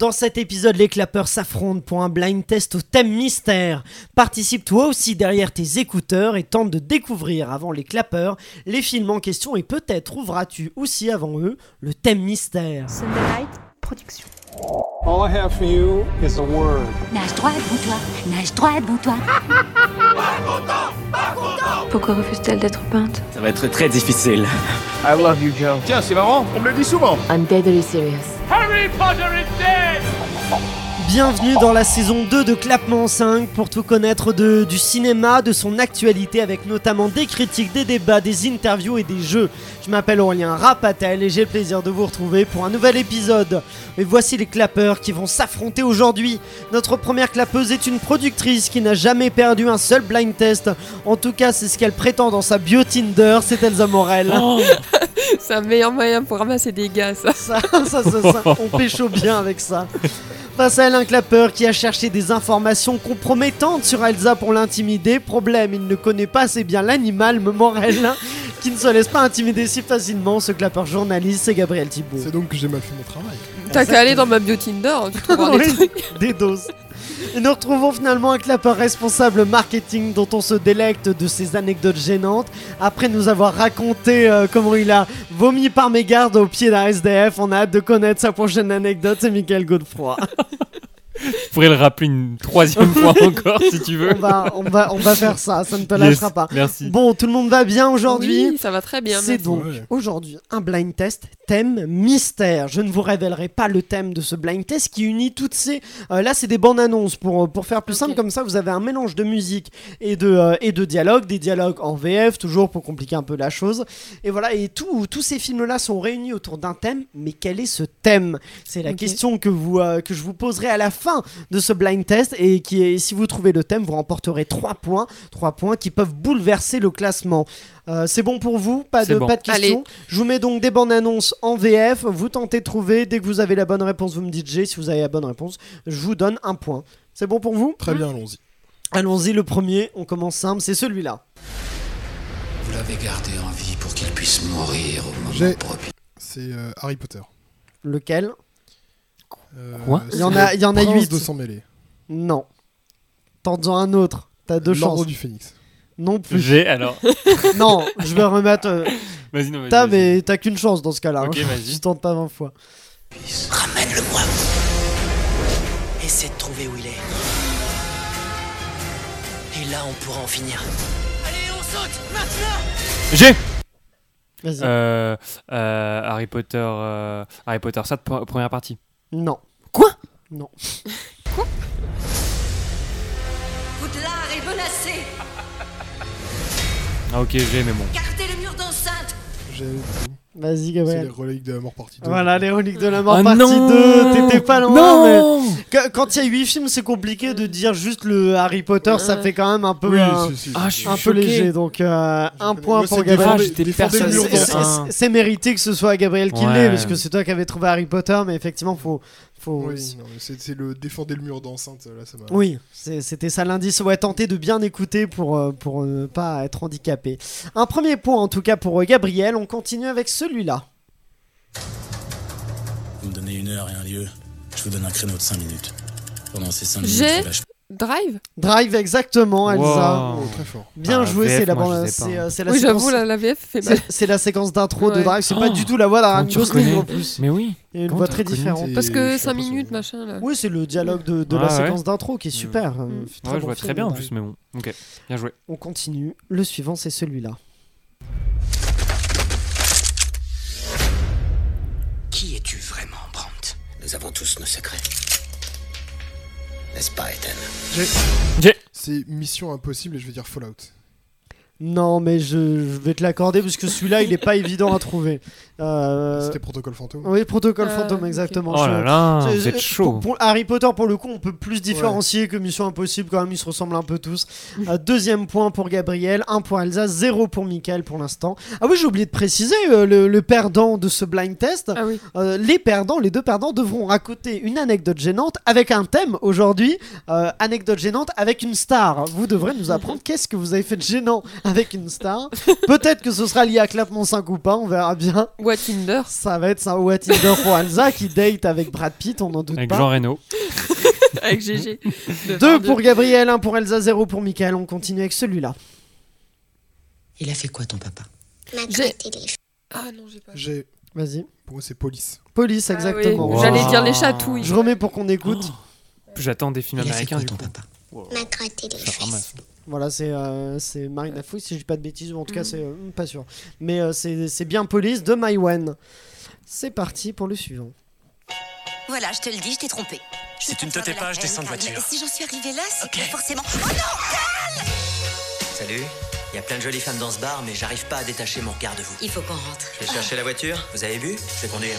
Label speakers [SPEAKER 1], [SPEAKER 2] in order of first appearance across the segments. [SPEAKER 1] Dans cet épisode, les clapeurs s'affrontent pour un blind test au thème mystère. Participe toi aussi derrière tes écouteurs et tente de découvrir avant les clapeurs les films en question et peut-être trouveras-tu aussi avant eux le thème mystère.
[SPEAKER 2] Sunday Night Production.
[SPEAKER 3] All I have for you is a word.
[SPEAKER 4] Nage droit devant toi, nage droit devant toi.
[SPEAKER 2] Pourquoi refuse-t-elle d'être peinte
[SPEAKER 5] Ça va être très difficile.
[SPEAKER 6] I love you, Joe.
[SPEAKER 7] Tiens, c'est marrant, on me le dit souvent.
[SPEAKER 8] I'm deadly serious.
[SPEAKER 1] Bienvenue dans la saison 2 de Clapement 5 pour tout connaître de- du cinéma, de son actualité avec notamment des critiques, des débats, des interviews et des jeux. Je m'appelle Aurélien Rapatel et j'ai le plaisir de vous retrouver pour un nouvel épisode. Et voici les clapeurs qui vont s'affronter aujourd'hui. Notre première clapeuse est une productrice qui n'a jamais perdu un seul blind test. En tout cas, c'est ce qu'elle prétend dans sa bio Tinder, c'est Elsa Morel.
[SPEAKER 9] C'est un meilleur moyen pour ramasser des gars, ça.
[SPEAKER 1] ça, ça, ça, ça, on pécho bien avec ça. Face à elle, un clapeur qui a cherché des informations compromettantes sur Elsa pour l'intimider. Problème, il ne connaît pas assez bien l'animal Morel, hein, qui ne se laisse pas intimider si facilement. Ce clapeur journaliste, c'est Gabriel Thibault.
[SPEAKER 10] C'est donc que j'ai mal fait mon travail.
[SPEAKER 9] T'as qu'à aller dans ma bio Tinder, hein, tu trouveras des
[SPEAKER 1] Oui,
[SPEAKER 9] trucs.
[SPEAKER 1] des doses. Et nous retrouvons finalement un clapeur responsable marketing dont on se délecte de ses anecdotes gênantes après nous avoir raconté euh, comment il a vomi par mégarde au pied d'un SDF. On a hâte de connaître sa prochaine anecdote, c'est Michael Godefroy.
[SPEAKER 11] Je pourrais le rappeler une troisième fois encore si tu veux.
[SPEAKER 1] on, va, on, va, on va faire ça, ça ne te
[SPEAKER 11] Yes,
[SPEAKER 1] lâchera pas.
[SPEAKER 11] Merci.
[SPEAKER 1] Bon, tout le monde va bien aujourd'hui
[SPEAKER 9] Oui, ça va très bien.
[SPEAKER 1] C'est
[SPEAKER 9] merci.
[SPEAKER 1] donc
[SPEAKER 10] Ouais.
[SPEAKER 1] aujourd'hui un blind test thème mystère. Je ne vous révélerai pas le thème de ce blind test qui unit toutes ces. euh, là, c'est des bandes annonces pour, euh, pour faire plus
[SPEAKER 9] Ok.
[SPEAKER 1] simple. Comme ça, vous avez un mélange de musique et de, euh, et de dialogue, des dialogues en VF, toujours pour compliquer un peu la chose. Et voilà, et tout- tous ces films-là sont réunis autour d'un thème. Mais quel est ce thème C'est la
[SPEAKER 9] Ok.
[SPEAKER 1] question que, vous, euh, que je vous poserai à la fin de ce blind test et qui est, si vous trouvez le thème, vous remporterez 3 points, 3 points qui peuvent bouleverser le classement. Euh, c'est bon pour vous, pas de,
[SPEAKER 11] C'est bon.
[SPEAKER 1] pas de questions.
[SPEAKER 9] Allez.
[SPEAKER 1] Je vous mets donc des bandes annonces en VF, vous tentez de trouver, dès que vous avez la bonne réponse, vous me dites G, si vous avez la bonne réponse, je vous donne un point. C'est bon pour vous
[SPEAKER 10] Très bien, allons-y.
[SPEAKER 1] Allons-y, le premier, on commence simple, c'est celui-là.
[SPEAKER 7] Vous l'avez gardé en vie pour qu'il puisse mourir au moment
[SPEAKER 10] J'ai-
[SPEAKER 7] propice.
[SPEAKER 10] C'est euh, Harry Potter.
[SPEAKER 1] Lequel
[SPEAKER 10] Euh,
[SPEAKER 11] Quoi
[SPEAKER 10] c'est
[SPEAKER 1] Il y en a, il y en a
[SPEAKER 10] Prince
[SPEAKER 1] 8.
[SPEAKER 10] de s'en mêler.
[SPEAKER 1] Non. Tente-en un autre, t'as deux
[SPEAKER 10] L'ordre
[SPEAKER 1] chances.
[SPEAKER 10] du Phénix.
[SPEAKER 1] Non plus.
[SPEAKER 11] J'ai alors.
[SPEAKER 1] non, je vais remettre. euh,
[SPEAKER 11] Vas-y, non, vas-y.
[SPEAKER 1] T'as,
[SPEAKER 11] vas-y.
[SPEAKER 1] mais t'as qu'une chance dans ce cas-là.
[SPEAKER 11] Ok,
[SPEAKER 1] hein.
[SPEAKER 11] vas-y.
[SPEAKER 1] Tu tentes pas 20 fois.
[SPEAKER 7] Ramène-le-moi.
[SPEAKER 8] Essaie de trouver où il est. Et là, on pourra en finir.
[SPEAKER 11] J'ai
[SPEAKER 1] Vas-y.
[SPEAKER 11] euh, euh, Harry Potter. euh, Harry Potter, ça, de pre- première partie.
[SPEAKER 1] Non.
[SPEAKER 11] Quoi
[SPEAKER 1] Non.
[SPEAKER 4] Poudlard est menacé.
[SPEAKER 11] Ah, ok, j'ai, mais bon.
[SPEAKER 4] Gardez le mur d'enceinte.
[SPEAKER 10] J'ai-
[SPEAKER 1] Vas-y,
[SPEAKER 10] C'est
[SPEAKER 1] Gabriel.
[SPEAKER 10] les reliques de la mort partie 2.
[SPEAKER 1] Voilà, les reliques de la mort
[SPEAKER 11] Ah,
[SPEAKER 1] partie
[SPEAKER 11] non
[SPEAKER 1] 2, t'étais pas loin, mais...
[SPEAKER 11] Non
[SPEAKER 1] Qu- Quand il y a 8 films, c'est compliqué de dire juste le Harry Potter, ça
[SPEAKER 9] Ouais.
[SPEAKER 1] fait quand même un peu,
[SPEAKER 10] Oui,
[SPEAKER 1] un,
[SPEAKER 10] si, si,
[SPEAKER 11] Ah,
[SPEAKER 10] si.
[SPEAKER 11] je suis
[SPEAKER 1] un peu
[SPEAKER 11] choqué.
[SPEAKER 1] léger. Donc, euh, un
[SPEAKER 10] Je-
[SPEAKER 1] point
[SPEAKER 10] moi,
[SPEAKER 1] pour
[SPEAKER 10] c'est
[SPEAKER 1] Gabriel.
[SPEAKER 11] Ah,
[SPEAKER 10] défendez-
[SPEAKER 11] j'étais
[SPEAKER 10] défendez le
[SPEAKER 1] C'est-
[SPEAKER 11] persuadé.
[SPEAKER 10] mur
[SPEAKER 1] c'est-
[SPEAKER 10] d'enceinte.
[SPEAKER 1] C'est c'est mérité que ce soit Gabriel qui l'ait,
[SPEAKER 11] Ouais.
[SPEAKER 1] parce que c'est toi qui avais trouvé Harry Potter, mais effectivement, faut. faut...
[SPEAKER 10] Oui, non, mais c'est c'est le défendez le mur d'enceinte, là, ça m'a.
[SPEAKER 1] Oui, c'est- c'était ça l'indice. Ouais, tenter de bien écouter pour, euh, pour ne pas être handicapé. Un premier point en tout cas pour euh, Gabriel. On continue avec celui-là.
[SPEAKER 7] Vous me donnez une heure et un lieu. Je vous donne un créneau de 5 minutes. Pendant ces 5
[SPEAKER 9] minutes, J'ai- vous lâchez- Drive
[SPEAKER 1] Drive exactement, Elsa.
[SPEAKER 11] Wow.
[SPEAKER 10] Oh, très fort.
[SPEAKER 1] Bien
[SPEAKER 11] Ah,
[SPEAKER 1] joué,
[SPEAKER 11] VF,
[SPEAKER 1] c'est la,
[SPEAKER 11] moi, je
[SPEAKER 1] bande-
[SPEAKER 11] sais pas.
[SPEAKER 1] c'est, euh, c'est la
[SPEAKER 9] Oui,
[SPEAKER 1] séquence
[SPEAKER 9] j'avoue, la, la VF fait mal.
[SPEAKER 1] C'est- C'est la séquence d'intro de
[SPEAKER 9] Ouais.
[SPEAKER 1] Drive, c'est pas
[SPEAKER 11] Oh,
[SPEAKER 1] du tout la voix d'Aaron
[SPEAKER 11] comment tu
[SPEAKER 1] Gosling
[SPEAKER 11] reconnais
[SPEAKER 1] en plus.
[SPEAKER 11] Mais oui.
[SPEAKER 1] Il y a une
[SPEAKER 11] Comment
[SPEAKER 1] voix
[SPEAKER 11] t'as
[SPEAKER 1] très
[SPEAKER 11] reconnu
[SPEAKER 1] différente.
[SPEAKER 10] tes-
[SPEAKER 9] Parce que
[SPEAKER 10] je suis
[SPEAKER 9] 5
[SPEAKER 10] pas sûr.
[SPEAKER 9] minutes, machin, là.
[SPEAKER 1] Oui, c'est le dialogue de, de la
[SPEAKER 11] Ah, ouais.
[SPEAKER 1] séquence d'intro qui est
[SPEAKER 11] Mm.
[SPEAKER 1] super. euh,
[SPEAKER 9] Mm.
[SPEAKER 1] c'est très
[SPEAKER 11] Ouais, je
[SPEAKER 1] bon
[SPEAKER 11] vois
[SPEAKER 1] film,
[SPEAKER 11] très bien en
[SPEAKER 1] Drive.
[SPEAKER 11] plus, mais bon. Ok, bien joué.
[SPEAKER 1] On continue, le suivant c'est celui-là.
[SPEAKER 8] Qui es-tu vraiment, Brandt Nous avons tous nos secrets. N'est-ce pas, Ethan
[SPEAKER 10] C'est Mission Impossible et je vais dire Fallout.
[SPEAKER 1] Non, mais je, je vais te l'accorder parce que celui-là il est pas évident à trouver. Euh,
[SPEAKER 10] C'était Protocole Fantôme.
[SPEAKER 1] Oui, protocole
[SPEAKER 9] Euh,
[SPEAKER 1] fantôme,
[SPEAKER 9] ok.
[SPEAKER 1] exactement.
[SPEAKER 11] Oh
[SPEAKER 1] je-
[SPEAKER 11] là là,
[SPEAKER 1] je-
[SPEAKER 11] vous êtes
[SPEAKER 1] pour-
[SPEAKER 11] chaud.
[SPEAKER 1] euh, pour Harry Potter, pour le coup, on peut plus différencier que Mission Impossible quand même, ils se ressemblent un peu tous. Euh, deuxième point pour Gabriel, un pour Elsa, zéro pour Michael pour l'instant. Ah oui, j'ai oublié de préciser, euh, le, le perdant de ce blind test,
[SPEAKER 9] Ah oui.
[SPEAKER 1] euh, les perdants, les deux perdants devront raconter une anecdote gênante avec un thème aujourd'hui, euh, anecdote gênante avec une star. Vous devrez nous apprendre qu'est-ce que vous avez fait de gênant avec une star. Peut-être que ce sera lié à Clapement 5 ou pas, on verra bien.
[SPEAKER 9] Ou à Tinder.
[SPEAKER 1] Ça va être ça ou à Tinder pour Alza qui date avec Brad Pitt, on n'en doute
[SPEAKER 11] Avec
[SPEAKER 1] pas.
[SPEAKER 11] Jean Reno.
[SPEAKER 9] Avec GG. De
[SPEAKER 1] Deux
[SPEAKER 9] Pardieu.
[SPEAKER 1] pour Gabriel, un pour Elsa, zéro pour Michael. On continue avec celui-là.
[SPEAKER 12] Il a fait quoi ton papa
[SPEAKER 9] J'ai- Ah non, j'ai pas.
[SPEAKER 3] J'ai.
[SPEAKER 1] Vas-y.
[SPEAKER 3] Pour moi, c'est police.
[SPEAKER 1] Police,
[SPEAKER 9] Ah oui,
[SPEAKER 1] exactement.
[SPEAKER 11] Wow.
[SPEAKER 9] J'allais dire Oh. les chatouilles.
[SPEAKER 1] Je remets pour qu'on écoute.
[SPEAKER 11] J'attends des
[SPEAKER 12] Il
[SPEAKER 11] films
[SPEAKER 12] a fait
[SPEAKER 11] américains
[SPEAKER 12] quoi
[SPEAKER 11] du
[SPEAKER 12] ton
[SPEAKER 11] coup.
[SPEAKER 12] papa
[SPEAKER 11] Je suis un ramasse.
[SPEAKER 1] Voilà, c'est euh, c'est Marina Fouy, si je dis pas de bêtises, ou en
[SPEAKER 9] Mm.
[SPEAKER 1] tout cas, c'est euh, pas sûr. Mais euh, c'est c'est bien Police de Maïwen. C'est parti pour le suivant.
[SPEAKER 13] Voilà, je te le dis, je t'ai trompé. Je
[SPEAKER 14] Si
[SPEAKER 13] vais
[SPEAKER 14] tu ne
[SPEAKER 13] te
[SPEAKER 14] te tais
[SPEAKER 13] faire
[SPEAKER 14] pas,
[SPEAKER 13] la
[SPEAKER 14] je
[SPEAKER 13] peine,
[SPEAKER 14] descends de
[SPEAKER 13] Karl.
[SPEAKER 14] voiture.
[SPEAKER 13] Si j'en suis arrivée là, c'est que
[SPEAKER 14] Ok.
[SPEAKER 13] forcément. Oh non
[SPEAKER 12] Salut. Il y a plein de jolies femmes dans ce bar, mais j'arrive pas à détacher mon regard de vous.
[SPEAKER 13] Il faut qu'on rentre.
[SPEAKER 12] Je vais chercher la voiture. Vous avez bu Je vais conduire.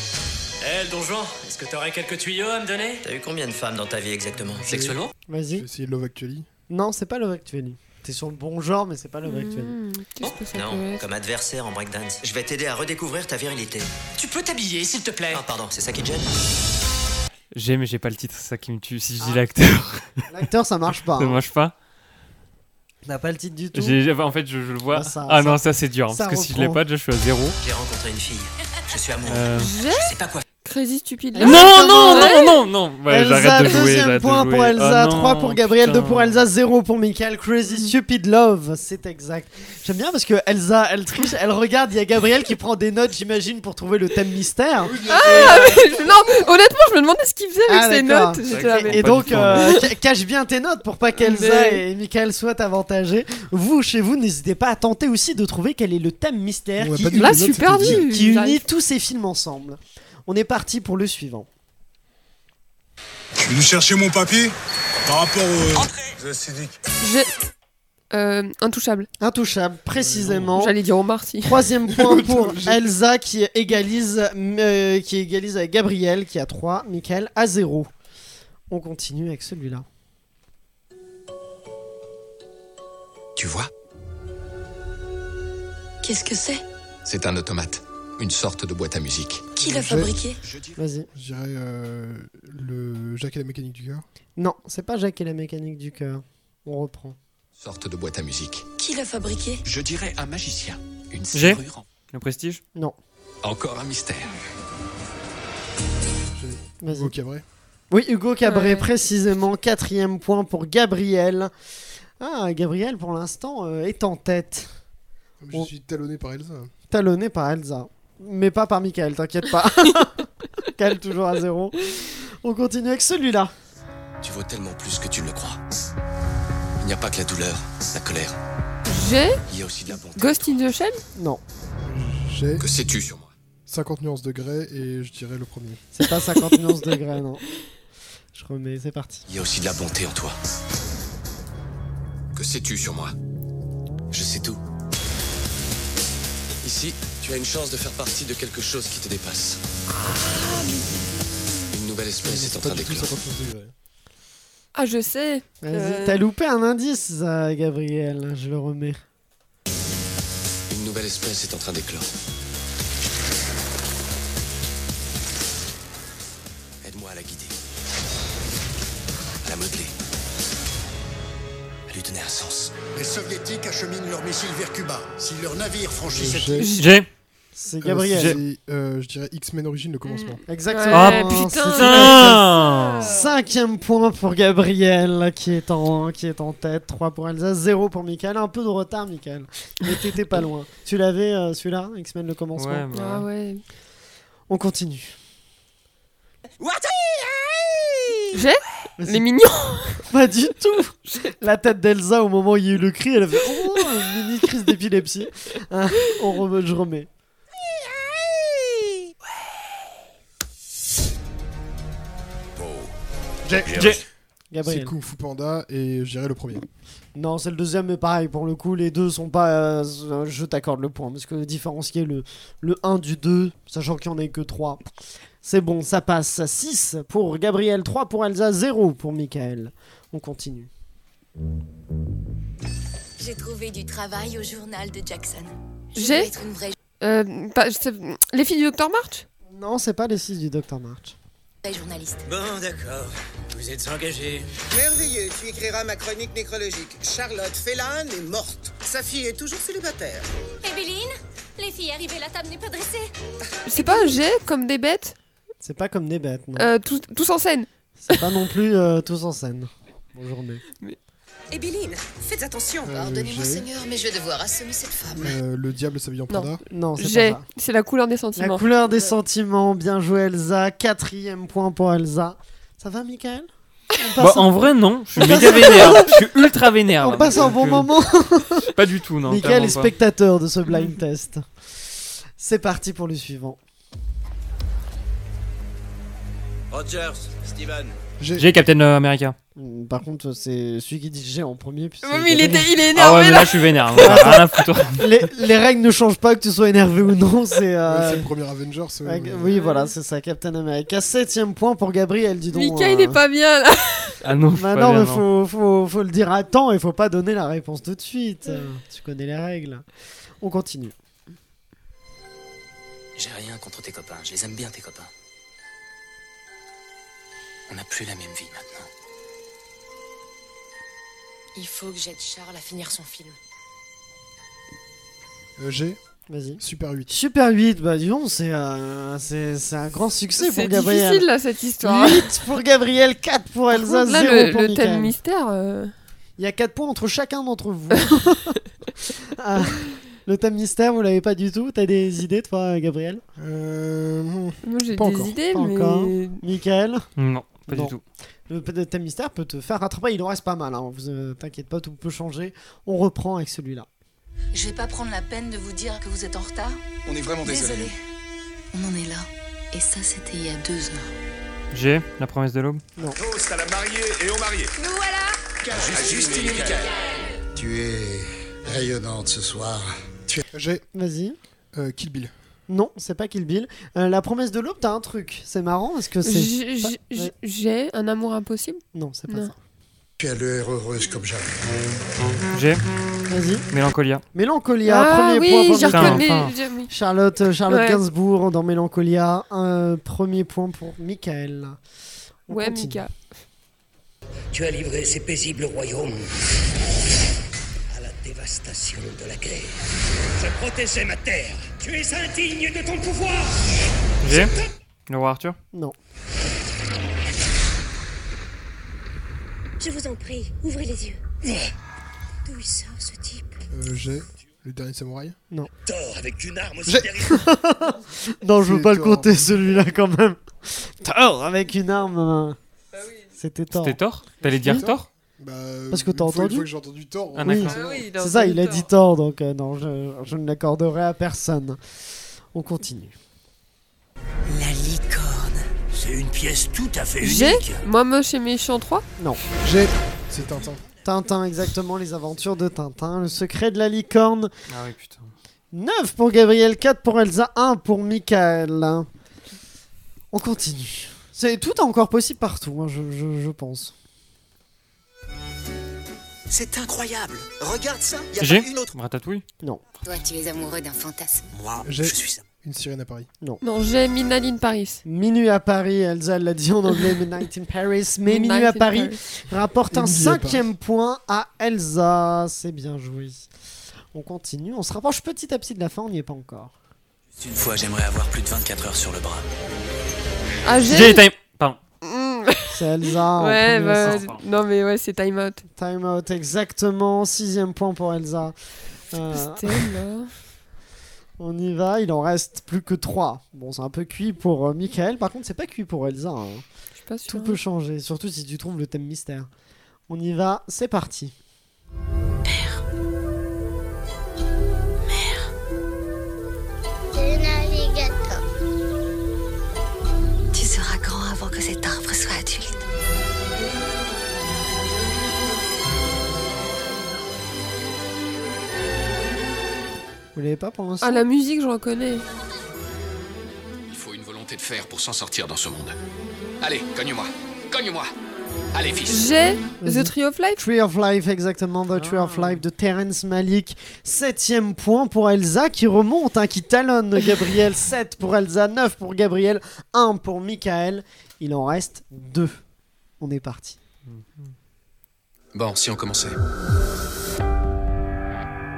[SPEAKER 14] Eh, le donjon, est-ce que t'aurais quelques tuyaux à me donner
[SPEAKER 12] T'as eu combien de femmes dans ta vie exactement Sexuellement
[SPEAKER 3] J'ai
[SPEAKER 1] Vas-y.
[SPEAKER 3] essayé Love Actually.
[SPEAKER 1] Non, c'est pas Love Actually. T'es sur le bon genre, mais c'est pas Love Actually.
[SPEAKER 9] Hmm, Qu'est-ce que ça peut
[SPEAKER 12] Non,
[SPEAKER 9] être
[SPEAKER 12] comme adversaire en breakdance. Je vais t'aider à redécouvrir ta virilité.
[SPEAKER 10] Tu peux t'habiller, s'il te plaît.
[SPEAKER 12] Ah, pardon, c'est ça qui te gêne
[SPEAKER 11] J'ai, mais j'ai pas le titre, c'est ça qui me tue. Si je
[SPEAKER 1] Ah.
[SPEAKER 11] dis l'acteur,
[SPEAKER 1] L'acteur, ça marche pas.
[SPEAKER 11] ça
[SPEAKER 1] hein.
[SPEAKER 11] marche pas.
[SPEAKER 1] T'as pas le titre du tout.
[SPEAKER 11] J'ai- en fait, je, je le vois.
[SPEAKER 1] Bah, ça-
[SPEAKER 11] ah
[SPEAKER 1] ça-
[SPEAKER 11] non, ça c'est dur. hein,
[SPEAKER 1] ça
[SPEAKER 11] parce que si je l'ai
[SPEAKER 1] reprend.
[SPEAKER 11] pas, déjà je suis à zéro.
[SPEAKER 12] J'ai rencontré une fille. Je suis amoureux.
[SPEAKER 11] Euh,
[SPEAKER 9] J'ai
[SPEAKER 12] Je sais pas quoi
[SPEAKER 9] Crazy Stupid
[SPEAKER 1] Ah,
[SPEAKER 11] Non,
[SPEAKER 9] Love.
[SPEAKER 1] ça
[SPEAKER 11] non,
[SPEAKER 1] va.
[SPEAKER 11] non, non, non. Ouais,
[SPEAKER 1] Elsa,
[SPEAKER 11] j'arrête de jouer.
[SPEAKER 1] deuxième
[SPEAKER 11] j'arrête de
[SPEAKER 1] point
[SPEAKER 11] jouer.
[SPEAKER 1] pour Elsa,
[SPEAKER 11] Ah, non,
[SPEAKER 1] 3 pour Gabriel,
[SPEAKER 11] putain.
[SPEAKER 1] 2 pour Elsa, 0 pour Michael. Crazy Stupid Love, c'est exact. J'aime bien parce que Elsa, elle triche, elle regarde, il y a Gabriel qui prend des notes, j'imagine, pour trouver le thème mystère.
[SPEAKER 9] Ah non, honnêtement, je me demandais ce qu'il faisait avec
[SPEAKER 1] Ah,
[SPEAKER 9] ses
[SPEAKER 1] d'accord.
[SPEAKER 9] notes. J'étais là,
[SPEAKER 11] Ok.
[SPEAKER 9] mais-
[SPEAKER 1] Et
[SPEAKER 11] Pas
[SPEAKER 1] donc,
[SPEAKER 11] du tout,
[SPEAKER 1] euh, ca- cache bien tes notes pour pas qu'Elsa
[SPEAKER 9] Mais-
[SPEAKER 1] et Michael soient avantagés. Vous, chez vous, n'hésitez pas à tenter aussi de trouver quel est le thème mystère
[SPEAKER 3] On a
[SPEAKER 1] qui,
[SPEAKER 3] pas dit
[SPEAKER 9] Là,
[SPEAKER 3] les notes,
[SPEAKER 9] super
[SPEAKER 3] c'était
[SPEAKER 9] dur.
[SPEAKER 3] dit.
[SPEAKER 1] qui unit
[SPEAKER 9] J'arrive.
[SPEAKER 1] tous ces films ensemble. On est parti pour le suivant.
[SPEAKER 10] Nous chercher mon papier par rapport au.
[SPEAKER 9] J'ai. Euh, intouchable.
[SPEAKER 1] Intouchable, précisément.
[SPEAKER 9] J'allais dire Omar si.
[SPEAKER 1] Troisième point pour Elsa qui égalise, euh, qui égalise avec Gabriel qui a 3, Michael à 0. On continue avec celui-là.
[SPEAKER 10] Tu vois,
[SPEAKER 2] Qu'est-ce que c'est
[SPEAKER 10] c'est un automate. Une sorte de boîte à musique.
[SPEAKER 2] Qui l'a
[SPEAKER 3] J'ai-
[SPEAKER 2] fabriqué
[SPEAKER 1] Vas-y.
[SPEAKER 3] Je dirais euh, le Jacques et la mécanique du cœur.
[SPEAKER 1] Non, c'est pas Jacques et la mécanique du cœur. On reprend.
[SPEAKER 10] Sorte de boîte à musique.
[SPEAKER 2] Qui l'a fabriqué
[SPEAKER 10] Je dirais un magicien. Une
[SPEAKER 11] J'ai.
[SPEAKER 10] serrure.
[SPEAKER 11] Le prestige
[SPEAKER 1] Non,
[SPEAKER 10] Encore un mystère.
[SPEAKER 1] vas-y.
[SPEAKER 3] Ok, vrai.
[SPEAKER 1] Oui, Hugo Cabret,
[SPEAKER 9] Ouais.
[SPEAKER 1] précisément. Quatrième point pour Gabriel. Ah, Gabriel, pour l'instant, euh, est en tête.
[SPEAKER 3] Je
[SPEAKER 1] On-
[SPEAKER 3] suis talonné par Elsa.
[SPEAKER 1] Talonné par Elsa. Mais pas par Michael, t'inquiète pas. Michael, toujours à 0. On continue avec celui-là.
[SPEAKER 10] Tu vaux tellement plus que tu ne le crois. Il n'y a pas que la douleur, la colère.
[SPEAKER 9] J'ai.
[SPEAKER 10] Il y a aussi de la bonté.
[SPEAKER 9] Ghost in the Shell
[SPEAKER 1] Non,
[SPEAKER 3] J'ai
[SPEAKER 10] Que sais-tu sur moi
[SPEAKER 3] 50 nuances de grès et je dirais le premier.
[SPEAKER 1] c'est pas 50 nuances degrés, non. Je remets, c'est parti.
[SPEAKER 10] Il y a aussi de la bonté en toi. Que sais-tu sur moi Je sais tout. Ici, tu as une chance de faire partie de quelque chose qui te dépasse. Une nouvelle espèce est en
[SPEAKER 3] Pas
[SPEAKER 10] train
[SPEAKER 3] du tout
[SPEAKER 10] d'éclore.
[SPEAKER 3] 50 nuances de grès.
[SPEAKER 9] Ah, je sais.
[SPEAKER 1] Vas-y,
[SPEAKER 9] Euh.
[SPEAKER 1] t'as loupé un indice, ça, Gabriel. Je le remets.
[SPEAKER 10] Une nouvelle espèce est en train d'éclore. Aide-moi à la guider. À la modeler. À lui donner un sens.
[SPEAKER 5] Les soviétiques acheminent leurs missiles vers Cuba. Si leur navire franchit cette
[SPEAKER 3] J'ai-
[SPEAKER 11] J'ai.
[SPEAKER 1] C'est Gabriel.
[SPEAKER 3] Euh, c'est, euh, je dirais X-Men Origine, le commencement.
[SPEAKER 1] Exactement.
[SPEAKER 9] Ouais,
[SPEAKER 1] c'est
[SPEAKER 9] putain.
[SPEAKER 1] ça.
[SPEAKER 11] Putain
[SPEAKER 1] Cinquième point pour Gabriel qui est en, qui est en tête, 3 pour Elsa, 0 pour Michael. Un peu de retard, Michael. Mais t'étais pas loin. Tu l'avais euh, celui-là, X-Men le commencement.
[SPEAKER 11] Ouais, bah.
[SPEAKER 9] Ah ouais.
[SPEAKER 1] On continue.
[SPEAKER 9] J'ai
[SPEAKER 1] Vas-y.
[SPEAKER 9] Les mignons
[SPEAKER 1] Pas du tout La tête d'Elsa au moment où il y a eu le cri, elle a fait Oh, une mini crise d'épilepsie. Hein, on remet, je remets.
[SPEAKER 3] C'est
[SPEAKER 1] Gabriel.
[SPEAKER 3] Kung Fu Panda et je dirais le premier.
[SPEAKER 1] Non, c'est le deuxième, mais pareil, pour le coup, les deux sont pas. euh, je t'accorde le point, parce que différencier le, le 1 du 2, sachant qu'il n'y en a que 3, c'est bon, ça passe. 6 pour Gabriel, 3 pour Elsa, 0 pour Michael. On continue.
[SPEAKER 2] J'ai trouvé du travail au journal de Jackson.
[SPEAKER 9] J'ai-
[SPEAKER 2] dois être une vraie
[SPEAKER 9] Euh, pas- c'est- Les filles du Dr. March
[SPEAKER 1] Non, c'est pas les 6 du Dr. March.
[SPEAKER 2] vraie journaliste.
[SPEAKER 12] Bon, d'accord. Vous êtes engagé.
[SPEAKER 5] Merveilleux, tu écriras ma chronique nécrologique. Charlotte Félane est morte.
[SPEAKER 15] Sa fille est toujours célibataire.
[SPEAKER 16] Ébeline Eh, Les filles arrivées, la table n'est pas dressée.
[SPEAKER 9] C'est pas un jet comme des bêtes
[SPEAKER 1] C'est pas comme des bêtes, non.
[SPEAKER 9] Euh, tous, tous en scène.
[SPEAKER 1] C'est pas non plus euh, tous en scène. Bonjour, mais.
[SPEAKER 4] Ébeline, faites attention.
[SPEAKER 10] Euh,
[SPEAKER 4] Pardonnez-moi,
[SPEAKER 10] j'ai-
[SPEAKER 4] Seigneur, mais je vais devoir assommer cette femme.
[SPEAKER 10] Euh, le diable s'habille en panda.
[SPEAKER 1] Non, c'est
[SPEAKER 9] J'ai,
[SPEAKER 1] pas ça.
[SPEAKER 9] c'est la couleur des sentiments.
[SPEAKER 1] La couleur des sentiments, bien joué Elsa. Quatrième point pour Elsa. Ça va, Michael On
[SPEAKER 11] Bah,
[SPEAKER 1] passe
[SPEAKER 11] en
[SPEAKER 1] un-
[SPEAKER 11] vrai, non. Je
[SPEAKER 1] On
[SPEAKER 11] suis méga
[SPEAKER 1] passe-
[SPEAKER 11] vénère. Je suis ultra vénère.
[SPEAKER 1] On
[SPEAKER 11] là.
[SPEAKER 1] passe un bon
[SPEAKER 11] Je-
[SPEAKER 1] moment.
[SPEAKER 11] Pas du tout, euh, non.
[SPEAKER 1] Michael est
[SPEAKER 11] clairement pas.
[SPEAKER 1] spectateur de ce blind test. C'est parti pour le suivant.
[SPEAKER 5] Rogers, Steven.
[SPEAKER 11] J'ai Captain euh, America.
[SPEAKER 1] Mm, Par contre, c'est celui qui dit j'ai en premier. puis c'est-
[SPEAKER 9] Oui, mais il était- il est
[SPEAKER 11] Ah ouais,
[SPEAKER 9] énervé
[SPEAKER 11] mais
[SPEAKER 9] là.
[SPEAKER 11] là, je suis vénère. moi, j'en ai Rien à foutre.
[SPEAKER 1] les, les règles ne changent pas que tu sois énervé ou non. C'est euh,
[SPEAKER 10] Ouais, c'est le premier Avengers. euh,
[SPEAKER 1] ouais,
[SPEAKER 10] ouais.
[SPEAKER 1] Oui, voilà, c'est ça. Captain America. Septième point pour Gabriel, dis donc.
[SPEAKER 9] Mika, il
[SPEAKER 1] euh,
[SPEAKER 9] est pas bien là.
[SPEAKER 11] Ah non, je suis
[SPEAKER 1] Bah
[SPEAKER 11] pas
[SPEAKER 1] non, mais
[SPEAKER 11] vénère, non.
[SPEAKER 1] faut, faut, faut le dire à temps et faut pas donner la réponse tout de suite. Euh, Tu connais les règles. On continue.
[SPEAKER 5] J'ai rien contre tes copains, je les aime bien tes copains. On n'a plus la même vie maintenant.
[SPEAKER 2] Il faut que j'aide Charles à finir son film.
[SPEAKER 10] Euh, j'ai
[SPEAKER 1] Vas-y.
[SPEAKER 10] Super 8.
[SPEAKER 1] Super 8, bah dis donc, c'est euh, c'est- c'est un grand succès pour
[SPEAKER 9] C'est
[SPEAKER 1] Gabriel.
[SPEAKER 9] difficile là cette histoire.
[SPEAKER 1] 8 pour Gabriel, 4 pour
[SPEAKER 9] Par
[SPEAKER 1] Elsa,
[SPEAKER 9] contre, là,
[SPEAKER 1] 0
[SPEAKER 9] le,
[SPEAKER 1] pour
[SPEAKER 9] le
[SPEAKER 1] Mickaël.
[SPEAKER 9] thème mystère. euh,
[SPEAKER 1] Il y a 4 points entre chacun d'entre vous. Ah, le thème mystère, vous l'avez pas du tout T'as des idées, toi, Gabriel
[SPEAKER 10] Euh,
[SPEAKER 1] hmm.
[SPEAKER 10] non.
[SPEAKER 9] Moi j'ai des
[SPEAKER 1] Pas encore.
[SPEAKER 9] idées,
[SPEAKER 1] Pas
[SPEAKER 9] mais.
[SPEAKER 1] encore. Michael
[SPEAKER 11] Non, pas
[SPEAKER 1] Non.
[SPEAKER 11] du tout.
[SPEAKER 1] Le p- le thème mystère peut te faire rattraper, il en reste pas mal. Hein. Vous euh, t'inquiète pas, tout peut changer. On reprend avec celui-là.
[SPEAKER 2] Je vais pas prendre la peine de vous dire que vous êtes en retard.
[SPEAKER 5] On est vraiment désolé.
[SPEAKER 2] Désolée. On en est là. Et ça, c'était il y a deux heures.
[SPEAKER 11] J'ai la promesse de l'aube.
[SPEAKER 5] Toast à la mariée et au marié.
[SPEAKER 2] Nous voilà
[SPEAKER 5] Justine et Michael.
[SPEAKER 6] Tu es rayonnante ce soir.
[SPEAKER 10] J'ai
[SPEAKER 1] Vas-y.
[SPEAKER 10] euh, Kill Bill.
[SPEAKER 1] Non, c'est pas Kill Bill. Euh, la promesse de l'aube, t'as un truc. C'est marrant, est-ce que c'est.
[SPEAKER 9] J'ai- j'ai-
[SPEAKER 1] Ouais.
[SPEAKER 9] J'ai un amour impossible
[SPEAKER 1] Non, c'est pas
[SPEAKER 9] Non.
[SPEAKER 1] ça.
[SPEAKER 6] Tu es le héros heureuse comme jamais.
[SPEAKER 11] J'ai
[SPEAKER 1] Vas-y.
[SPEAKER 11] Mélancolia.
[SPEAKER 1] Mélancolia, premier
[SPEAKER 9] Ah oui,
[SPEAKER 1] point pour
[SPEAKER 9] j'ai
[SPEAKER 11] Putain,
[SPEAKER 9] reconnu.
[SPEAKER 11] enfin.
[SPEAKER 9] j'ai- oui.
[SPEAKER 1] Charlotte, euh, Charlotte
[SPEAKER 9] Ouais.
[SPEAKER 1] Gainsbourg dans Mélancolia. Un premier point pour Michael. On
[SPEAKER 9] Ouais,
[SPEAKER 1] continue.
[SPEAKER 9] Mika.
[SPEAKER 17] Tu as livré ces paisibles royaumes à la dévastation de la guerre. Je protégeais ma terre. Tu es indigne de ton pouvoir.
[SPEAKER 11] J'ai Le roi Arthur.
[SPEAKER 1] Non.
[SPEAKER 16] Je vous en prie, ouvrez les yeux. D'où il sort ce type
[SPEAKER 10] Euh, j'ai le dernier samouraï.
[SPEAKER 1] Non.
[SPEAKER 17] Tort avec une arme aussi
[SPEAKER 10] J'ai-
[SPEAKER 1] Non, je veux
[SPEAKER 10] C'est
[SPEAKER 1] pas le
[SPEAKER 10] Thor.
[SPEAKER 1] compter celui-là quand même. Thor avec une arme. euh, C'était Thor.
[SPEAKER 11] C'était Thor T'allais dire
[SPEAKER 1] Oui.
[SPEAKER 11] Thor
[SPEAKER 10] Bah, euh,
[SPEAKER 1] Parce que t'as
[SPEAKER 10] une
[SPEAKER 1] entendu
[SPEAKER 10] fois- Une fois que j'ai entendu Thor.
[SPEAKER 11] Ah,
[SPEAKER 10] on-
[SPEAKER 11] d'accord.
[SPEAKER 10] c'est bon.
[SPEAKER 1] C'est ça, il a dit Thor, donc euh, non, je, je ne l'accorderai à personne. On continue.
[SPEAKER 17] La licorne. C'est une pièce tout à fait
[SPEAKER 9] J'ai
[SPEAKER 17] unique.
[SPEAKER 9] Moi, moche et méchant 3
[SPEAKER 1] Non.
[SPEAKER 10] J'ai. C'est Tintin.
[SPEAKER 1] Tintin, exactement, les aventures de Tintin, le secret de la licorne.
[SPEAKER 11] Ah oui, putain.
[SPEAKER 1] 9 pour Gabriel, 4 pour Elsa, 1 pour Michael. On continue. C'est tout est encore possible partout, hein, je, je- je pense.
[SPEAKER 15] C'est incroyable. Regarde ça. Y a
[SPEAKER 11] J'ai
[SPEAKER 15] pas une autre.
[SPEAKER 11] Ratatouille.
[SPEAKER 4] Toi, tu es amoureux d'un fantasme.
[SPEAKER 15] Moi,
[SPEAKER 10] J'ai-
[SPEAKER 15] je suis.
[SPEAKER 10] Une sirène à Paris.
[SPEAKER 9] Non, j'ai Minaline Paris.
[SPEAKER 1] Minuit à Paris, Elsa l'a dit en anglais, Midnight in Paris, mais Minuit à
[SPEAKER 9] Midnight in
[SPEAKER 1] Paris rapporte un
[SPEAKER 10] Minuit à
[SPEAKER 1] cinquième point à Elsa. C'est bien joué. On continue, on se rapproche petit à petit de la fin, on n'y est pas encore.
[SPEAKER 5] Juste Une fois, j'aimerais avoir plus de 24 heures sur le bras.
[SPEAKER 9] Ah,
[SPEAKER 11] J'ai
[SPEAKER 9] j'ai.
[SPEAKER 11] Time. Pardon.
[SPEAKER 9] Mm.
[SPEAKER 1] C'est Elsa. en
[SPEAKER 9] Ouais,
[SPEAKER 1] premier,
[SPEAKER 9] bah,
[SPEAKER 1] c'est-
[SPEAKER 11] sens.
[SPEAKER 9] non, mais ouais, c'est Time Out.
[SPEAKER 1] Time out, exactement. Sixième point pour Elsa. Euh,
[SPEAKER 9] Pastel, là.
[SPEAKER 1] on y va, il en reste plus que trois. Bon, c'est un peu cuit pour euh, Michael. Par contre, c'est pas cuit pour Elsa. hein.
[SPEAKER 9] Je suis pas sûre.
[SPEAKER 1] Tout peut changer, surtout si tu trouves le thème mystère. On y va, c'est parti.
[SPEAKER 16] Le navigateur.
[SPEAKER 2] Tu seras grand avant que cet arbre soit adulte.
[SPEAKER 1] Vous l'avez pas pour l'instant
[SPEAKER 9] Ah, la musique, je reconnais.
[SPEAKER 5] Il faut une volonté de fer pour s'en sortir dans ce monde. Allez, cogne-moi. Cogne-moi. Allez, fils.
[SPEAKER 9] J'ai
[SPEAKER 1] Vas-y.
[SPEAKER 9] The Tree of Life
[SPEAKER 1] Tree of Life, exactement, The Tree
[SPEAKER 9] Ah.
[SPEAKER 1] of Life de Terence Malik. Septième point pour Elsa qui remonte, hein, qui talonne Gabriel. 7 pour Elsa, 9 pour Gabriel, 1 pour Michael. Il en reste 2. On est parti.
[SPEAKER 5] Bon, si on commençait.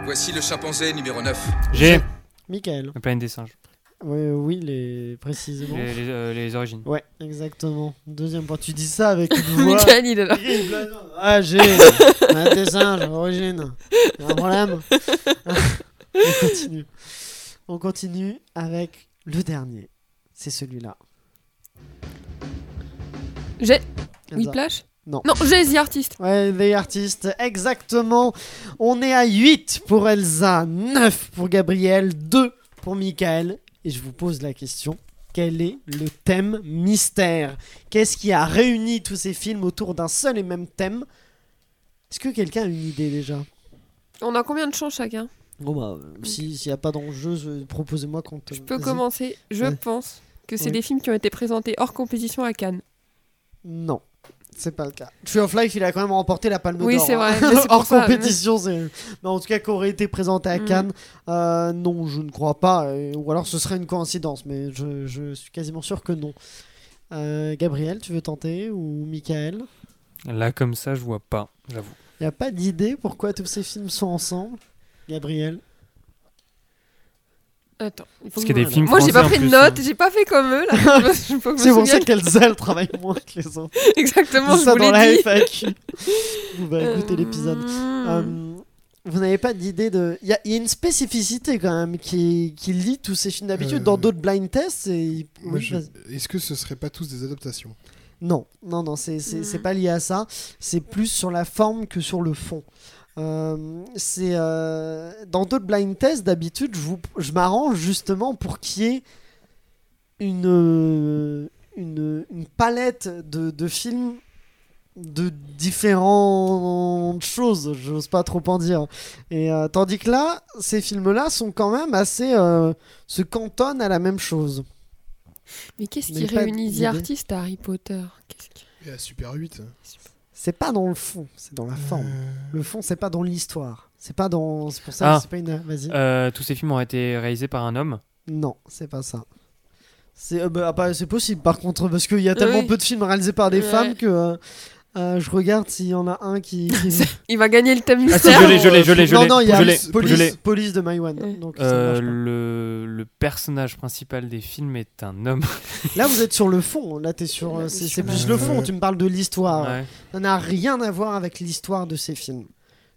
[SPEAKER 18] Voici le chimpanzé numéro 9.
[SPEAKER 11] J'ai.
[SPEAKER 1] Michael.
[SPEAKER 11] La planète des singes.
[SPEAKER 1] Oui, euh, oui, les... précisément.
[SPEAKER 11] Les, les, euh, les origines.
[SPEAKER 1] Ouais, exactement. Deuxième point, tu dis ça avec une voix.
[SPEAKER 9] Michael, il est là.
[SPEAKER 1] terrible. Ah, j'ai. Ah, des singes, origine. Y a Un problème. On continue. On continue avec le dernier. C'est celui-là.
[SPEAKER 9] J'ai.
[SPEAKER 1] Kenza.
[SPEAKER 9] Whiplash
[SPEAKER 1] Non.
[SPEAKER 9] Non, j'ai The Artist.
[SPEAKER 1] Ouais, les artistes, exactement. On est à 8 pour Elsa, 9 pour Gabriel, 2 pour Michael. Et je vous pose la question, quel est le thème mystère Qu'est-ce qui a réuni tous ces films autour d'un seul et même thème Est-ce que quelqu'un a une idée déjà
[SPEAKER 9] On a combien de chants chacun
[SPEAKER 1] Bon bah, euh, si- s'il n'y a pas d'enjeu, je- proposez-moi quand... Je
[SPEAKER 9] On peut commencer. Je
[SPEAKER 1] Ouais.
[SPEAKER 9] pense que c'est
[SPEAKER 1] Oui.
[SPEAKER 9] des films qui ont été présentés hors compétition à Cannes.
[SPEAKER 1] Non, c'est pas le cas. Tree of Life, il a quand même remporté la Palme
[SPEAKER 9] Oui,
[SPEAKER 1] d'Or.
[SPEAKER 9] c'est
[SPEAKER 1] hein.
[SPEAKER 9] vrai, mais c'est pour
[SPEAKER 1] Hors
[SPEAKER 9] ça, mais-
[SPEAKER 1] compétition, c'est. Mais en tout cas, qu'aurait été présenté à
[SPEAKER 9] Mm.
[SPEAKER 1] Cannes, euh, non, je ne crois pas. euh, Ou alors, ce serait une coïncidence, mais je, je suis quasiment sûr que non. Euh, Gabriel, tu veux tenter ou Michael
[SPEAKER 11] Là, comme ça, je vois pas, j'avoue.
[SPEAKER 1] Il n'y a pas d'idée pourquoi tous ces films sont ensemble Gabriel
[SPEAKER 9] Attends. il faut
[SPEAKER 11] Parce
[SPEAKER 9] que
[SPEAKER 11] qu'il y a
[SPEAKER 9] je
[SPEAKER 11] des
[SPEAKER 9] me-
[SPEAKER 11] films
[SPEAKER 9] Moi, j'ai
[SPEAKER 11] français,
[SPEAKER 9] pas
[SPEAKER 11] en
[SPEAKER 9] pris de
[SPEAKER 11] plus,
[SPEAKER 9] notes,
[SPEAKER 11] hein.
[SPEAKER 9] j'ai pas fait comme eux, là. C'est
[SPEAKER 1] C'est pour ça qu'Elsa, elle travaille moins que les autres.
[SPEAKER 9] Exactement,
[SPEAKER 1] Dis
[SPEAKER 9] je
[SPEAKER 1] ça
[SPEAKER 9] vous
[SPEAKER 1] dans
[SPEAKER 9] l'ai
[SPEAKER 1] la
[SPEAKER 9] dit.
[SPEAKER 1] FAQ. Vous va écouter bah,
[SPEAKER 9] Euh,
[SPEAKER 1] l'épisode.
[SPEAKER 9] hmm.
[SPEAKER 1] Euh, vous n'avez pas d'idée de. Il y, a- il y a une spécificité quand même qui, qui lie tous ces films d'habitude.
[SPEAKER 10] Euh,
[SPEAKER 1] Dans d'autres blind tests, et...
[SPEAKER 10] Moi, je-
[SPEAKER 1] vas-y.
[SPEAKER 10] Est-ce que ce serait pas tous des adaptations
[SPEAKER 1] Non, non, non, c'est c'est- c'est pas lié à ça. C'est plus sur la forme que sur le fond. Euh, c'est euh, dans d'autres blind tests d'habitude, je, vous- je m'arrange justement pour qu'il y ait une, euh, une, une palette de, de films de différentes choses, j'ose pas trop en dire. Et euh, tandis que là, ces films-là sont quand même assez euh, se cantonnent à la même chose.
[SPEAKER 9] Mais qu'est-ce
[SPEAKER 1] Mais
[SPEAKER 9] qui
[SPEAKER 1] pas
[SPEAKER 9] réunit The
[SPEAKER 1] d'idée.
[SPEAKER 9] Artist à Harry Potter Qu'est-ce qui-
[SPEAKER 10] Et à Super 8
[SPEAKER 1] C'est pas dans le fond, c'est dans la
[SPEAKER 9] Euh.
[SPEAKER 1] forme. Le fond, c'est pas dans l'histoire. C'est pas dans. C'est pour ça que
[SPEAKER 11] Ah.
[SPEAKER 1] c'est pas une. Vas-y.
[SPEAKER 11] Euh, tous ces films ont été réalisés par un homme.
[SPEAKER 1] Non, c'est pas ça. C'est euh, bah, bah, c'est possible par contre, parce qu'il y a tellement
[SPEAKER 9] Oui.
[SPEAKER 1] peu de films réalisés par des
[SPEAKER 9] Ouais.
[SPEAKER 1] femmes que euh, euh, je regarde s'il y en a un qui. qui-
[SPEAKER 9] Il va gagner le thème
[SPEAKER 11] Ah,
[SPEAKER 9] mystère.
[SPEAKER 11] si, je l'ai, je l'ai, je l'ai, je
[SPEAKER 1] non,
[SPEAKER 11] l'ai.
[SPEAKER 1] non, il y a
[SPEAKER 11] je l'ai,
[SPEAKER 1] police,
[SPEAKER 11] je
[SPEAKER 1] police,
[SPEAKER 11] l'ai.
[SPEAKER 1] Police de My One. Donc, ça ne
[SPEAKER 11] Euh,
[SPEAKER 1] marche pas.
[SPEAKER 11] le, le personnage principal des films est un homme.
[SPEAKER 1] Là, vous êtes sur le fond. Là, t'es sur. euh, C'est c'est plus le fond. Tu me parles de l'histoire.
[SPEAKER 11] Ouais.
[SPEAKER 1] Ça n'a rien à voir avec l'histoire de ces films.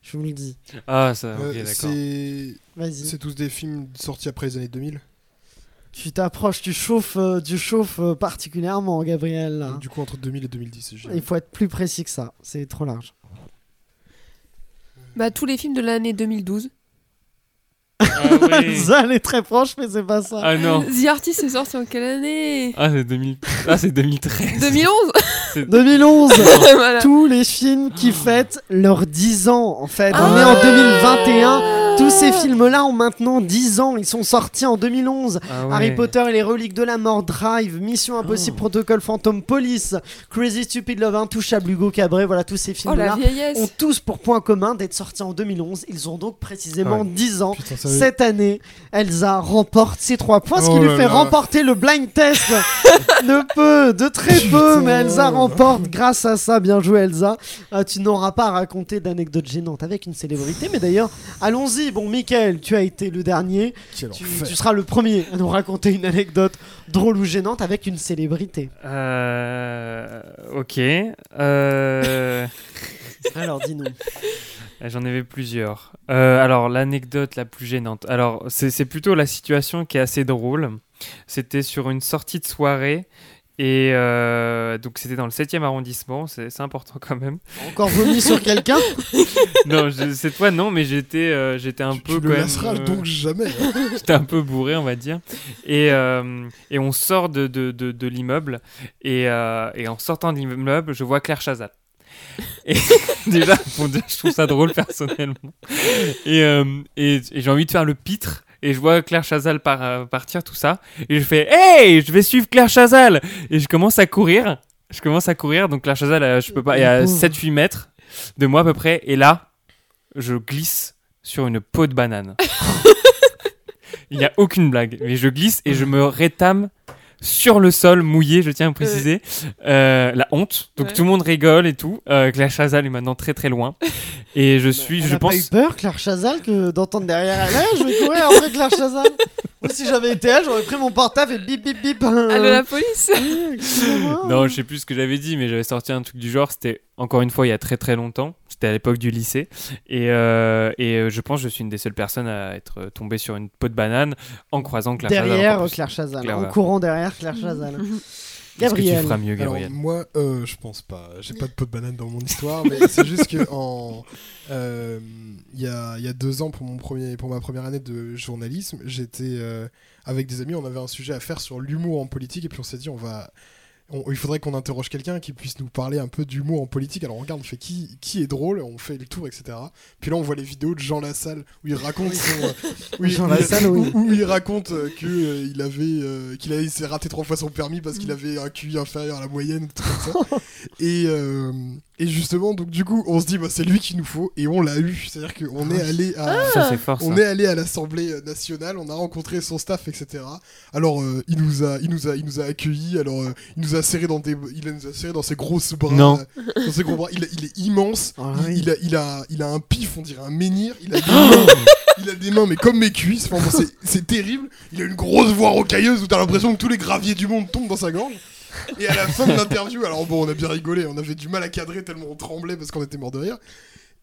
[SPEAKER 1] Je vous le dis.
[SPEAKER 11] Ah, ça,
[SPEAKER 10] Euh,
[SPEAKER 11] ok, d'accord.
[SPEAKER 10] c'est-
[SPEAKER 1] Vas-y.
[SPEAKER 10] C'est tous des films sortis après les années 2000.
[SPEAKER 1] Tu t'approches, tu chauffes, euh, tu chauffes euh, particulièrement, Gabriel. là.
[SPEAKER 10] Du coup, entre 2000 et 2010. c'est génial.
[SPEAKER 1] Ah. Il faut être plus précis que ça, c'est trop large.
[SPEAKER 9] Bah, tous les films de l'année 2012.
[SPEAKER 1] ça, elle est très proche, mais c'est pas ça.
[SPEAKER 11] Ah non.
[SPEAKER 9] The Artist est sorti en quelle année
[SPEAKER 11] Ah, c'est 2000... ah, c'est 2013.
[SPEAKER 9] 2011
[SPEAKER 11] C'est-
[SPEAKER 1] 2011
[SPEAKER 9] Voilà.
[SPEAKER 1] Tous les films qui
[SPEAKER 10] Ah.
[SPEAKER 1] fêtent leurs 10 ans, en fait. On est en 2021. Tous ces films-là ont maintenant 10 ans. Ils sont sortis en 2011.
[SPEAKER 11] Ah ouais.
[SPEAKER 1] Harry Potter et les reliques de la mort, Drive, Mission
[SPEAKER 10] Oh.
[SPEAKER 1] Impossible, Protocole Phantom Police, Crazy Stupid Love, Intouchable, Hugo Cabret. Voilà, tous ces
[SPEAKER 10] Oh
[SPEAKER 1] films-là
[SPEAKER 9] Oh, vieillesse.
[SPEAKER 1] ont tous pour point commun d'être sortis en 2011. Ils ont donc précisément
[SPEAKER 10] Ouais.
[SPEAKER 1] 10 ans.
[SPEAKER 10] Putain, Ah ça veut-
[SPEAKER 1] Cette année, Elsa remporte ses 3 points, ce qui
[SPEAKER 10] Oh
[SPEAKER 1] lui
[SPEAKER 10] là
[SPEAKER 1] fait
[SPEAKER 10] là.
[SPEAKER 1] remporter le blind test de peu, de très peu, mais Elsa remporte grâce à ça. Bien joué, Elsa. Euh, tu n'auras pas à raconter d'anecdotes gênantes avec une célébrité, mais d'ailleurs, allons-y. Bon, Michael, tu as été le dernier.
[SPEAKER 10] Quel
[SPEAKER 1] Tu,
[SPEAKER 10] enfer.
[SPEAKER 1] tu seras le premier à nous raconter une anecdote drôle ou gênante avec une célébrité.
[SPEAKER 11] Euh, ok. Euh,
[SPEAKER 1] Alors, dis-nous.
[SPEAKER 11] J'en avais plusieurs. Euh, alors, l'anecdote la plus gênante. Alors, c'est c'est plutôt la situation qui est assez drôle. C'était sur une sortie de soirée. Et euh, donc, c'était dans le 7e arrondissement. C'est c'est important quand même.
[SPEAKER 1] Encore vomi sur quelqu'un
[SPEAKER 11] non, je- cette fois, non, mais j'étais euh, j'étais un peu
[SPEAKER 10] Tu
[SPEAKER 11] quand
[SPEAKER 10] le
[SPEAKER 11] même,
[SPEAKER 10] lasseras
[SPEAKER 11] euh,
[SPEAKER 10] donc jamais.
[SPEAKER 11] J'étais un peu bourré, on va dire. Et, euh, et on sort de, de, de, de l'immeuble. Et, euh, et en sortant de l'immeuble, je vois Claire Chazal. Et déjà, bon, déjà, je trouve ça drôle personnellement. Et, euh, et, et j'ai envie de faire le pitre. Et je vois Claire Chazal par- euh, partir, tout ça. Et je fais Hey, je vais suivre Claire Chazal Et je commence à courir. Je commence à courir. Donc Claire Chazal, euh, je peux pas. est à
[SPEAKER 1] Pauvre.
[SPEAKER 11] 7-8 mètres de moi à peu près. Et là, je glisse sur une peau de banane. Il n'y a aucune blague. Mais je glisse et je me rétame sur le sol mouillé, je tiens à préciser. Euh, la honte. Donc
[SPEAKER 9] Ouais.
[SPEAKER 11] tout le monde rigole et tout. Euh, Claire Chazal est maintenant très très loin. Et je suis,
[SPEAKER 1] Bah, Elle
[SPEAKER 11] je
[SPEAKER 1] a
[SPEAKER 11] pense.
[SPEAKER 1] pas eu peur, Claire Chazal, que d'entendre derrière elle. Eh, je vais courir après Claire Chazal. Moi, si j'avais été elle, j'aurais pris mon portable et bip bip bip. euh,
[SPEAKER 9] Allô la police
[SPEAKER 11] Non, je sais plus ce que j'avais dit, mais j'avais sorti un truc du genre. C'était encore une fois il y a très très longtemps. C'était à l'époque du lycée. Et, euh, et euh, je pense que je suis une des seules personnes à être euh, tombée sur une peau de banane en croisant Claire Chazal.
[SPEAKER 1] Derrière
[SPEAKER 11] encore plus.
[SPEAKER 1] Claire Chazal,
[SPEAKER 11] Claire,
[SPEAKER 1] en
[SPEAKER 11] voilà.
[SPEAKER 1] courant derrière Claire Chazal. Gabriel.
[SPEAKER 11] feras mieux,
[SPEAKER 10] Alors,
[SPEAKER 11] Gabriel
[SPEAKER 10] moi, euh, je pense pas. J'ai pas de pot de banane dans mon histoire, mais c'est juste que en euh, il y, a, il y a deux ans pour mon premier, pour ma première année de journalisme, j'étais euh, avec des amis, on avait un sujet à faire sur l'humour en politique, et puis on s'est dit on va on- il faudrait qu'on interroge quelqu'un qui puisse nous parler un peu d'humour en politique. Alors on regarde, on fait qui, qui est drôle, on fait le tour, etc. Puis là on voit les vidéos de Jean Lassalle où il raconte son, euh, où il-
[SPEAKER 1] Jean Lassalle, oui.
[SPEAKER 10] où il raconte euh, que euh, il avait euh, qu'il avait il s'est raté trois fois son permis parce
[SPEAKER 1] Mm.
[SPEAKER 10] qu'il avait un QI inférieur à la moyenne tout comme ça. et euh, et justement donc du coup on se dit bah c'est lui qu'il nous faut et on l'a eu c'est à dire qu'on
[SPEAKER 1] Ah
[SPEAKER 10] est allé à
[SPEAKER 11] Ça, c'est fort,
[SPEAKER 10] on
[SPEAKER 11] ça.
[SPEAKER 10] est allé à l'Assemblée nationale on a rencontré son staff etc alors euh, il nous a il nous a il nous a accueillis alors euh, il nous a serré dans des il nous a serré dans ses grosses bras
[SPEAKER 11] Non.
[SPEAKER 10] euh, dans ses gros bras il, il est immense il, il a il a il a un pif on dirait un menhir il a des mains- il a des mains mais comme mes cuisses Enfin, bon, c'est- c'est terrible il a une grosse voix rocailleuse où t'as l'impression que tous les graviers du monde tombent dans sa gorge et à la fin de l'interview, alors bon, on a bien rigolé, on avait du mal à cadrer tellement on tremblait parce qu'on était mort de rire.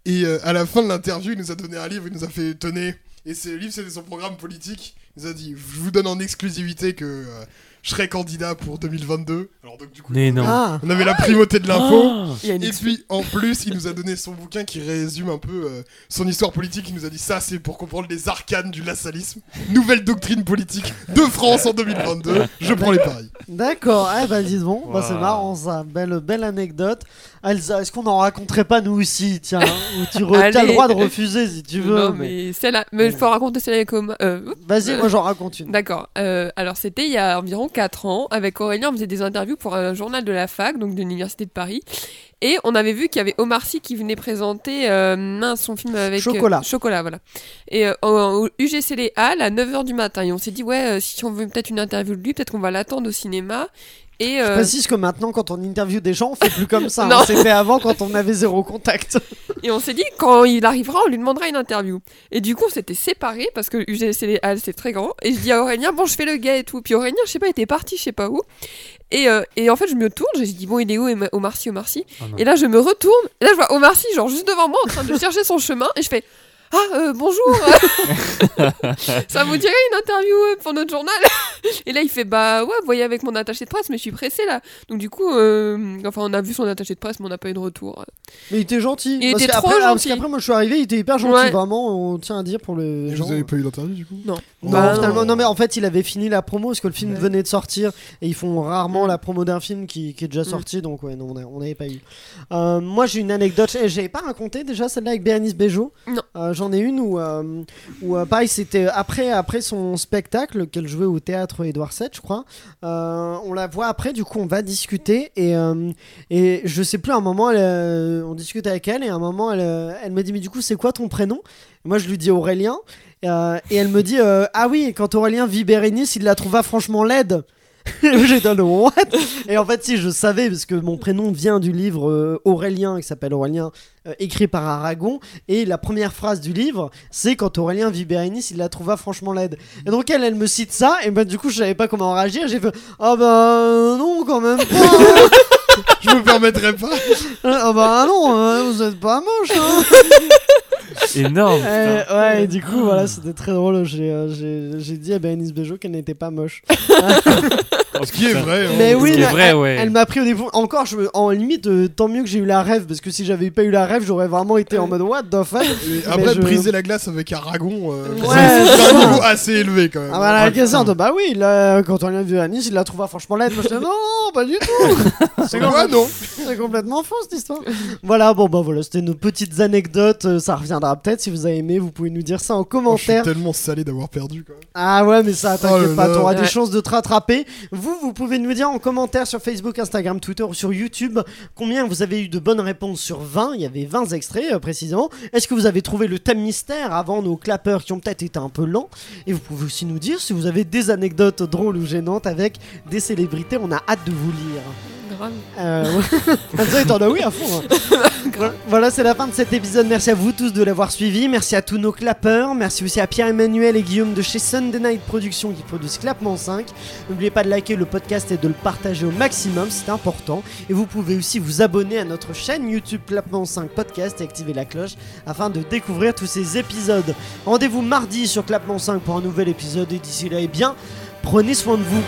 [SPEAKER 10] Et euh, à la fin de l'interview, il nous a donné un livre, il nous a fait tenez. Et ce livre, c'était son programme politique. Il nous a dit je vous donne en exclusivité que euh, je serai candidat pour 2022. Alors donc du coup,
[SPEAKER 11] Mais
[SPEAKER 10] on,
[SPEAKER 11] non.
[SPEAKER 10] avait- on avait la
[SPEAKER 11] Ah.
[SPEAKER 10] primauté de l'info.
[SPEAKER 11] Ah. Il y a une
[SPEAKER 10] et puis en plus, il nous a donné son bouquin qui résume un peu euh, son histoire politique. Il nous a dit ça, c'est pour comprendre les arcanes du lassalisme. Nouvelle doctrine politique de France en 2022. Je prends les paris.
[SPEAKER 1] D'accord, eh ben dis donc, bah, c'est
[SPEAKER 10] Wow.
[SPEAKER 1] marrant ça, belle, belle anecdote. Elsa, est-ce qu'on en raconterait pas nous aussi, tiens, hein, ou tu re... t'as le
[SPEAKER 9] Allez.
[SPEAKER 1] droit de refuser si tu veux.
[SPEAKER 9] Non, mais celle-là. Mais il faut raconter celle-là avec Oma- euh, oups.
[SPEAKER 1] Vas-y,
[SPEAKER 9] Euh,
[SPEAKER 1] moi j'en raconte une.
[SPEAKER 9] D'accord. Euh, alors, c'était il y a environ 4 ans. Avec Aurélien, on faisait des interviews pour un journal de la fac, donc de l'Université de Paris. Et on avait vu qu'il y avait Omar Sy qui venait présenter euh, mince, son film avec. euh,
[SPEAKER 1] Chocolat.
[SPEAKER 9] chocolat, voilà. Et euh, au, au UGC Les Halles à 9h du matin. Et on s'est dit, ouais, euh, si on veut peut-être une interview de lui, peut-être qu'on va l'attendre au cinéma. Et,
[SPEAKER 1] Je
[SPEAKER 9] euh,
[SPEAKER 1] précise que maintenant, quand on interview des gens, on fait plus comme ça. hein.
[SPEAKER 9] Non.
[SPEAKER 1] C'était avant quand on avait zéro contact.
[SPEAKER 9] Et on s'est dit, quand il arrivera, on lui demandera une interview. Et du coup, on s'était séparés parce que UGC les Halles, c'est très grand. Et je dis à Aurélien, bon, je fais le gars et tout. Puis Aurélien, je sais pas, était parti, je sais pas où. Et, euh, et en fait, je me tourne, je dis, bon, il est où Emma- Omar Sy, Omar Sy
[SPEAKER 18] Oh non.
[SPEAKER 9] Et là, je me retourne, et là, je vois Omar Sy, genre, juste devant moi, en train de chercher son chemin. Et je fais, ah, euh, bonjour Ça vous dirait une interview euh, pour notre journal Et là, il fait Bah ouais, voyez avec mon attaché de presse, mais je suis pressé là. Donc, du coup, euh, enfin, on a vu son attaché de presse, mais on n'a pas eu de retour.
[SPEAKER 1] Mais il était gentil.
[SPEAKER 9] Il
[SPEAKER 1] parce
[SPEAKER 9] était
[SPEAKER 1] qu'après-
[SPEAKER 9] trop
[SPEAKER 1] ah, Parce
[SPEAKER 9] gentil.
[SPEAKER 1] qu'après, moi je suis arrivé, il était hyper gentil,
[SPEAKER 9] Ouais.
[SPEAKER 1] vraiment, on tient à dire pour le.
[SPEAKER 10] Vous avez pas eu l'interview du coup
[SPEAKER 9] Non.
[SPEAKER 1] Non,
[SPEAKER 10] Bah,
[SPEAKER 1] finalement, non, mais en fait, il avait fini la promo parce que le film venait de sortir et ils font rarement la promo d'un film qui, qui est déjà sorti, donc ouais, non, on a- on n'avait pas eu. Euh, moi, j'ai une anecdote, eh, j'avais pas raconté déjà celle-là avec Bérénice Bejo. Euh, J'en ai une où, euh, où euh, pareil, c'était après, après son spectacle qu'elle jouait au théâtre Édouard VII, je crois. Euh, on la voit après, du coup, on va discuter et, euh, et je sais plus, à un moment, elle, euh, on discute avec elle et à un moment, elle, euh, elle me dit, mais du coup, c'est quoi ton prénom Et Moi, je lui dis Aurélien. Euh, et elle me dit euh, Ah oui, quand Aurélien vit Bérénice, il la trouva franchement laide. J'étais le what Et en fait, si je savais, parce que mon prénom vient du livre euh, Aurélien, qui s'appelle Aurélien, euh, écrit par Aragon, et la première phrase du livre, c'est quand Aurélien vit Bérénice, il la trouva franchement laide. Et donc, elle, elle me cite ça, et bah, du coup, je savais pas comment réagir, j'ai fait Ah bah non, quand même pas hein.
[SPEAKER 10] Je me permettrais pas
[SPEAKER 1] Ah bah non, euh, vous êtes pas moche hein
[SPEAKER 11] Énorme.
[SPEAKER 1] Euh,
[SPEAKER 11] putain.
[SPEAKER 1] ouais, et du coup, voilà, c'était très drôle. J'ai, euh, j'ai, j'ai dit à Bérénice Bejo qu'elle n'était pas moche.
[SPEAKER 10] Ce qui est vrai. hein.
[SPEAKER 1] mais oui,
[SPEAKER 11] qui est
[SPEAKER 1] mais
[SPEAKER 11] vrai,
[SPEAKER 1] elle,
[SPEAKER 11] ouais.
[SPEAKER 1] elle m'a pris au défaut. Encore, je, me- en limite, euh, tant mieux que j'ai eu la rêve, parce que si j'avais pas eu la rêve, j'aurais vraiment été en mode what the fuck.
[SPEAKER 10] Et
[SPEAKER 1] Mais
[SPEAKER 10] après,
[SPEAKER 1] je-
[SPEAKER 10] briser la glace avec Aragon, euh,
[SPEAKER 1] Ouais,
[SPEAKER 10] c'est un
[SPEAKER 1] vraiment.
[SPEAKER 10] niveau assez élevé quand même.
[SPEAKER 1] Ah bah la question de bah oui, là, quand on vient de Nice, il la trouva franchement laide. Moi, je dis, non, non, pas du tout.
[SPEAKER 10] C'est quoi, Ah, bah, non
[SPEAKER 1] C'est complètement faux cette histoire. Voilà, bon bah voilà, c'était nos petites anecdotes. euh, Ça reviendra peut-être. Si vous avez aimé, vous pouvez nous dire ça en
[SPEAKER 10] Je suis
[SPEAKER 1] commentaire.
[SPEAKER 10] tellement salé d'avoir perdu quand même.
[SPEAKER 1] Ah ouais, mais ça, t'inquiète
[SPEAKER 10] Oh là
[SPEAKER 1] pas,
[SPEAKER 10] là.
[SPEAKER 1] t'auras des
[SPEAKER 10] Ouais.
[SPEAKER 1] chances de te rattraper. Vous, vous pouvez nous dire en commentaire sur Facebook, Instagram, Twitter ou sur YouTube combien vous avez eu de bonnes réponses sur 20. Il y avait 20 extraits euh, précisément. Est-ce que vous avez trouvé le thème mystère avant nos clappeurs qui ont peut-être été un peu lents Et vous pouvez aussi nous dire si vous avez des anecdotes drôles ou gênantes avec des célébrités. On a hâte de vous lire.
[SPEAKER 9] Grave.
[SPEAKER 1] Euh, ouais. Hamza, il t'en as oui à fond. hein.
[SPEAKER 9] maigre.
[SPEAKER 1] Voilà, c'est la fin de cet épisode. Merci à vous tous de l'avoir suivi. Merci à tous nos clappeurs. Merci aussi à Pierre-Emmanuel et Guillaume de chez Sunday Night Productions qui produisent Clapement 5. N'oubliez pas de liker le podcast et de le partager au maximum, c'est important. Et vous pouvez aussi vous abonner à notre chaîne YouTube Clapement 5 Podcast et activer la cloche afin de découvrir tous ces épisodes. Rendez-vous mardi sur Clapement 5 pour un nouvel épisode. Et d'ici là, eh bien, prenez soin de vous.